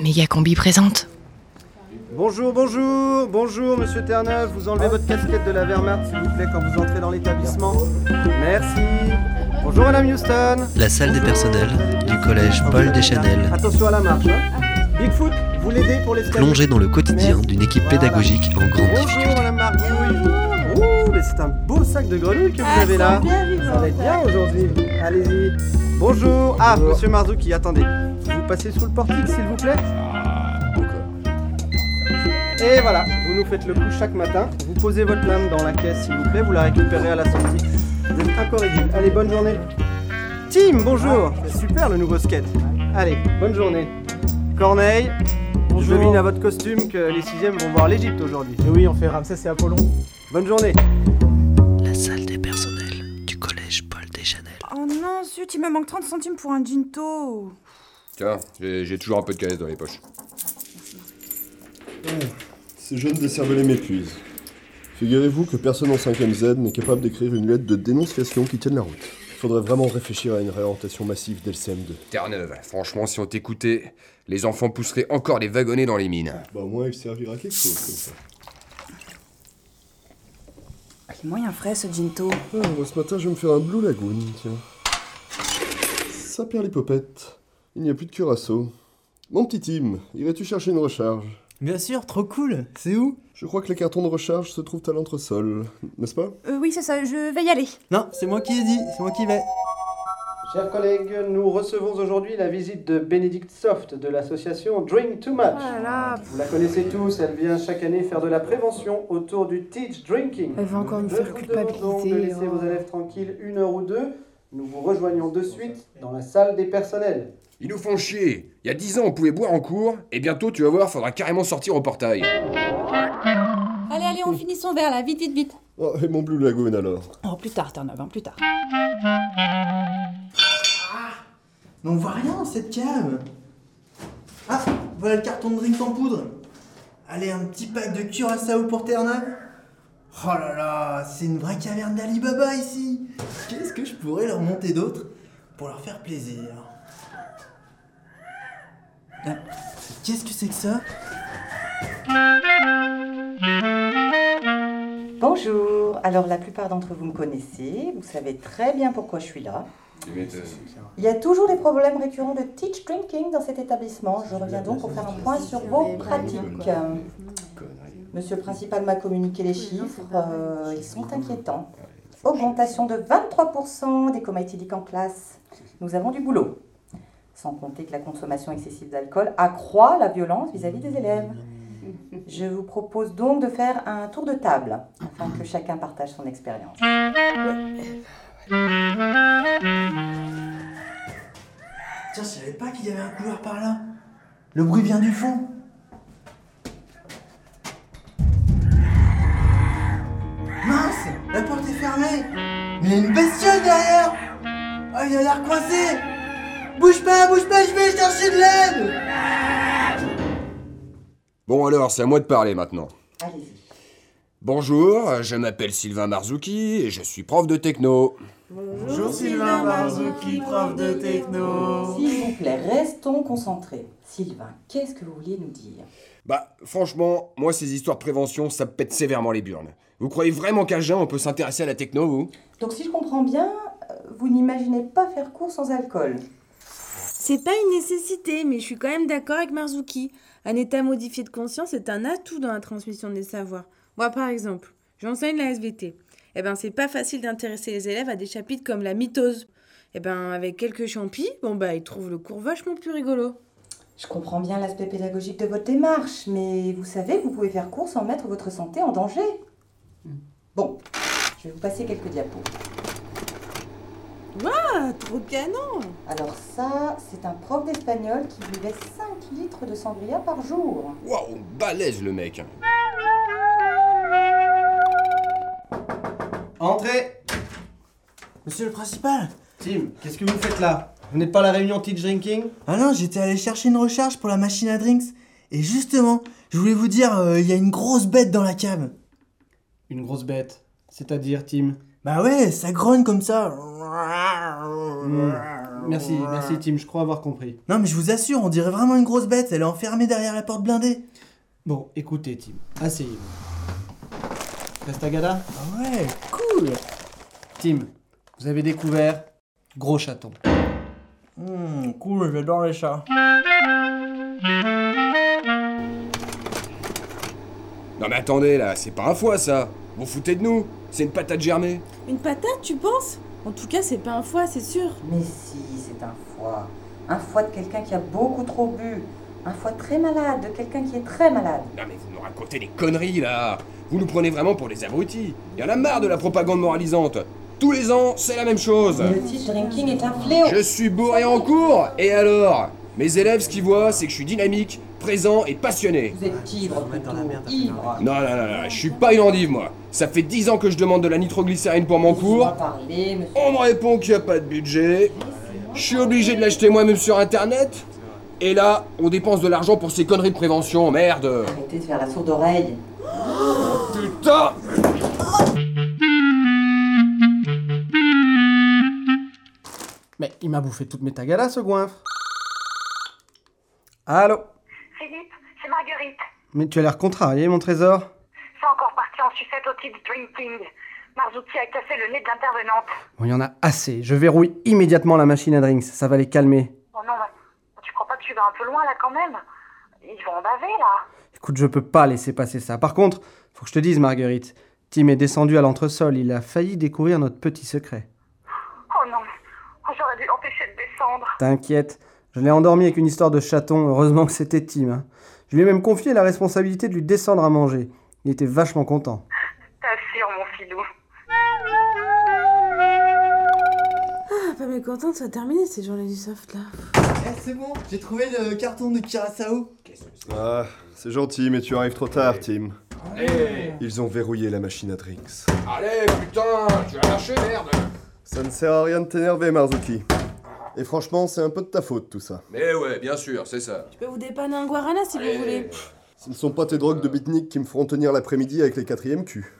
Mégacombi présente. Bonjour, bonjour, bonjour, monsieur Terre-Neuve. Vous enlevez votre casquette de la Wehrmacht, s'il vous plaît, quand vous entrez dans l'établissement. Merci. Bonjour, madame Houston. La salle des personnels du collège Paul Deschanel, Attention à la marche. hein. Bigfoot, vous l'aidez pour l'escalier plongée dans le quotidien d'une équipe pédagogique en grande Bonjour, difficulté. madame Margouille. Oh, mais c'est un beau sac de grenouilles que vous avez là. Ça va être Ah, bien aujourd'hui. Allez-y. Bonjour. Ah, monsieur Marzouki, attendez. Vous passez sous le portique, s'il vous plaît. Et voilà, vous nous faites le coup chaque matin. Vous posez votre lame dans la caisse, s'il vous plaît. Vous la récupérez à la sortie. Vous êtes incorrigible. Allez, bonne journée. Tim, bonjour. Super le nouveau skate. Allez, bonne journée. Corneille, je devine à votre costume que les sixièmes vont voir l'Égypte aujourd'hui. Et oui, on fait Ramsès et Apollon. Bonne journée. La salle des personnels du collège Paul Deschanel. Oh non, zut, il me manque 30 centimes pour un ginto. Tiens, j'ai j'ai toujours un peu de caisse dans les poches. Ces jeunes décervelés m'épuisent. Figurez-vous que personne en 5ème Z n'est capable d'écrire une lettre de dénonciation qui tienne la route. Faudrait vraiment réfléchir à une réorientation massive dès le CM2. Terre-Neuve, franchement, si on t'écoutait, les enfants pousseraient encore les wagonnets dans les mines. Bah au moins il servira à quelque chose comme ça. Ah, Quel moyen frais ce ginto Ah, moi, ce matin je vais me faire un Blue Lagoon, tiens. Ça perd les popettes. Il n'y a plus de curaçao. Mon petit Tim, irais-tu chercher une recharge Bien sûr, trop cool. C'est où Je crois que les cartons de recharge se trouvent à l'entresol, n'est-ce pas Euh, oui, c'est ça, je vais y aller. Non, c'est moi qui ai dit, c'est moi qui vais. Chers collègues, nous recevons aujourd'hui la visite de Bénédicte Soft de l'association Drink Too Oh Much. Voilà. Vous la connaissez tous, elle vient chaque année faire de la prévention autour du Teach Drinking. Elle va encore nous Nous faire vous demandons de culpabiliser. oh. laisser vos élèves tranquilles une heure ou deux. Nous vous rejoignons de suite dans la salle des personnels. Ils nous font chier. Il y a 10 ans, on pouvait boire en cours, et bientôt, tu vas voir, faudra carrément sortir au portail. Allez, allez, on finit son verre là, vite, vite, vite. Oh, et mon Blue Lagoon alors Oh, plus tard, Terre-Neuve, hein, plus tard. Mais on voit rien dans cette cave. Ah, voilà le carton de drink en poudre. Allez, un petit pack de curaçao pour Terre-Neuve. Oh là là, c'est une vraie caverne d'Alibaba ici. Qu'est-ce que je pourrais leur monter d'autre pour leur faire plaisir Ah, Qu'est-ce que c'est que ça Bonjour, alors la plupart d'entre vous me connaissez, vous savez très bien pourquoi je suis là. Il y a toujours des problèmes récurrents de teach drinking dans cet établissement. Je reviens donc pour faire un point sur vos pratiques. Monsieur le principal m'a communiqué les chiffres, euh, ils sont inquiétants. Augmentation de 23% des comas éthyliques en classe. Nous avons du boulot. Sans compter que la consommation excessive d'alcool accroît la violence vis-à-vis des élèves. Je vous propose donc de faire un tour de table afin que chacun partage son expérience. Tiens, je savais pas qu'il y avait un couloir par là. Le bruit vient du fond. Mince, la porte est fermée. Mais il y a une bestiole derrière. Oh, il a l'air coincé. Bouge pas, bouge pas, je vais chercher de l'aide. Bon, alors, c'est à moi de parler maintenant. Allez-y. Bonjour, euh, je m'appelle Sylvain Marzouki, et je suis prof de techno. Bonjour Sylvain Marzouki, prof de techno. S'il vous plaît, restons concentrés. Sylvain, qu'est-ce que vous vouliez nous dire Bah, franchement, moi, ces histoires de prévention, ça me pète sévèrement les burnes. Vous croyez vraiment qu'à Jeun, on peut s'intéresser à la techno, vous Donc si je comprends bien, euh, vous n'imaginez pas faire cours sans alcool. C'est pas une nécessité, mais je suis quand même d'accord avec Marzuki. Un état modifié de conscience est un atout dans la transmission des savoirs. Moi, par exemple, j'enseigne la SVT. Eh ben, c'est pas facile d'intéresser les élèves à des chapitres comme la mitose. Eh ben, avec quelques champis, bon bah, ils trouvent le cours vachement plus rigolo. Je comprends bien l'aspect pédagogique de votre démarche, mais vous savez que vous pouvez faire cours sans mettre votre santé en danger. Hmm. Bon, je vais vous passer quelques diapos. Ah, trop canon Alors ça, c'est un prof d'espagnol qui buvait 5 litres de sangria par jour. Waouh, balèze le mec. Entrez Monsieur le principal. Tim, qu'est-ce que vous faites là Vous n'êtes pas à la réunion Teach Drinking Ah non, j'étais allé chercher une recharge pour la machine à drinks. Et justement, je voulais vous dire, euh, il y a une grosse bête dans la cave. Une grosse bête. C'est-à-dire, Tim Bah ouais, ça grogne comme ça. Hmm. Merci, merci Tim, je crois avoir compris. Non, mais je vous assure, on dirait vraiment une grosse bête. Elle est enfermée derrière la porte blindée. Bon, écoutez Tim, asseyez-vous. Restagada Ah ouais, cool. Tim, vous avez découvert gros chaton. Hmm, cool, j'adore les chats. Non mais attendez là, c'est pas un foie ça Vous foutez de nous C'est une patate germée Une patate, tu penses En tout cas, c'est pas un foie, c'est sûr. Mais si, c'est un foie. Un foie de quelqu'un qui a beaucoup trop bu. Un foie très malade, de quelqu'un qui est très malade. Non mais vous nous racontez des conneries là Vous nous prenez vraiment pour des abrutis Il y en a marre de la propagande moralisante Tous les ans, c'est la même chose Le tea drinking est un fléau. Je suis bourré en cours Et alors Mes élèves, ce qu'ils voient, c'est que je suis dynamique, présent et passionné Vous êtes ivre plutôt. Ivre. Non, non, non, non, je suis pas une endive moi Ça fait 10 ans que je demande de la nitroglycérine pour mon cours, va parler, monsieur. on me répond qu'il n'y a pas de budget, je suis obligé de l'acheter moi-même sur internet, et là, on dépense de l'argent pour ces conneries de prévention, merde Arrêtez de faire la sourde oreille. Putain Mais il m'a bouffé toutes mes tagalas ce goinfre. Allô Philippe, c'est Marguerite. Mais tu as l'air contrarié mon trésor. C'est encore parti en sucette au titre drinking. Marzuki a cassé le nez de l'intervenante. Bon, il y en a assez. Je verrouille immédiatement la machine à drinks. Ça va les calmer. Oh non, tu crois pas que tu vas un peu loin là quand même Ils vont en baver là. Écoute, je peux pas laisser passer ça. Par contre, faut que je te dise, Marguerite, Tim est descendu à l'entresol. Il a failli découvrir notre petit secret. Oh non, j'aurais dû l'empêcher de descendre. T'inquiète, je l'ai endormi avec une histoire de chaton. Heureusement que c'était Tim. hein. Je lui ai même confié la responsabilité de lui descendre à manger. Il était vachement content. T'assures, mon filou. Ah, pas mécontent, ça a terminé ces journées du soft là. Eh, c'est bon, j'ai trouvé le carton de Kirasao. Ah, c'est gentil, mais tu arrives trop tard, Tim. Ils ont verrouillé la machine à drinks. Eh, Allez, putain Tu vas lâcher, merde Ça ne sert à rien de t'énerver, Marzuki. Et franchement, c'est un peu de ta faute, tout ça. Mais ouais, bien sûr, c'est ça. Eh, Je peux vous dépanner un guarana si vous voulez. Ce ne sont pas tes drogues de beatnik qui me feront tenir l'après-midi avec les quatrièmes culs.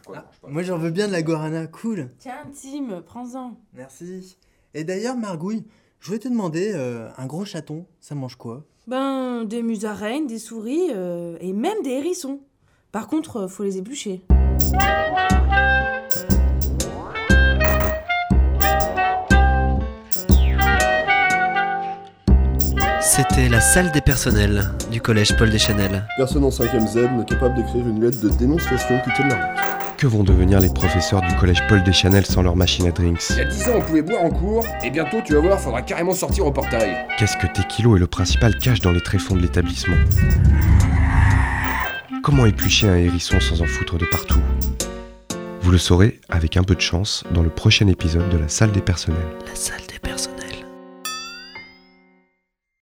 Moi, j'en veux bien de la guarana, cool. Tiens, Tim, prends-en. Merci. Et d'ailleurs, Margouille, je voulais te demander, euh, un gros chaton, ça mange quoi Ben, des musaraignes, des souris euh, et même des hérissons. Par contre, euh, faut les éplucher. C'était la salle des personnels du collège Paul Deschanel. Personne en 5ème Z n'est capable d'écrire une lettre de dénonciation qui tienne la route. Que vont devenir les professeurs du collège Paul Deschanel sans leur machine à drinks Il y a 10 ans, on pouvait boire en cours, et bientôt, tu vas voir, faudra carrément sortir au portail. Qu'est-ce que Tequilo et le principal cachent dans les tréfonds de l'établissement Comment éplucher un hérisson sans en foutre de partout Vous le saurez, avec un peu de chance, dans le prochain épisode de la salle des personnels. La salle des personnels.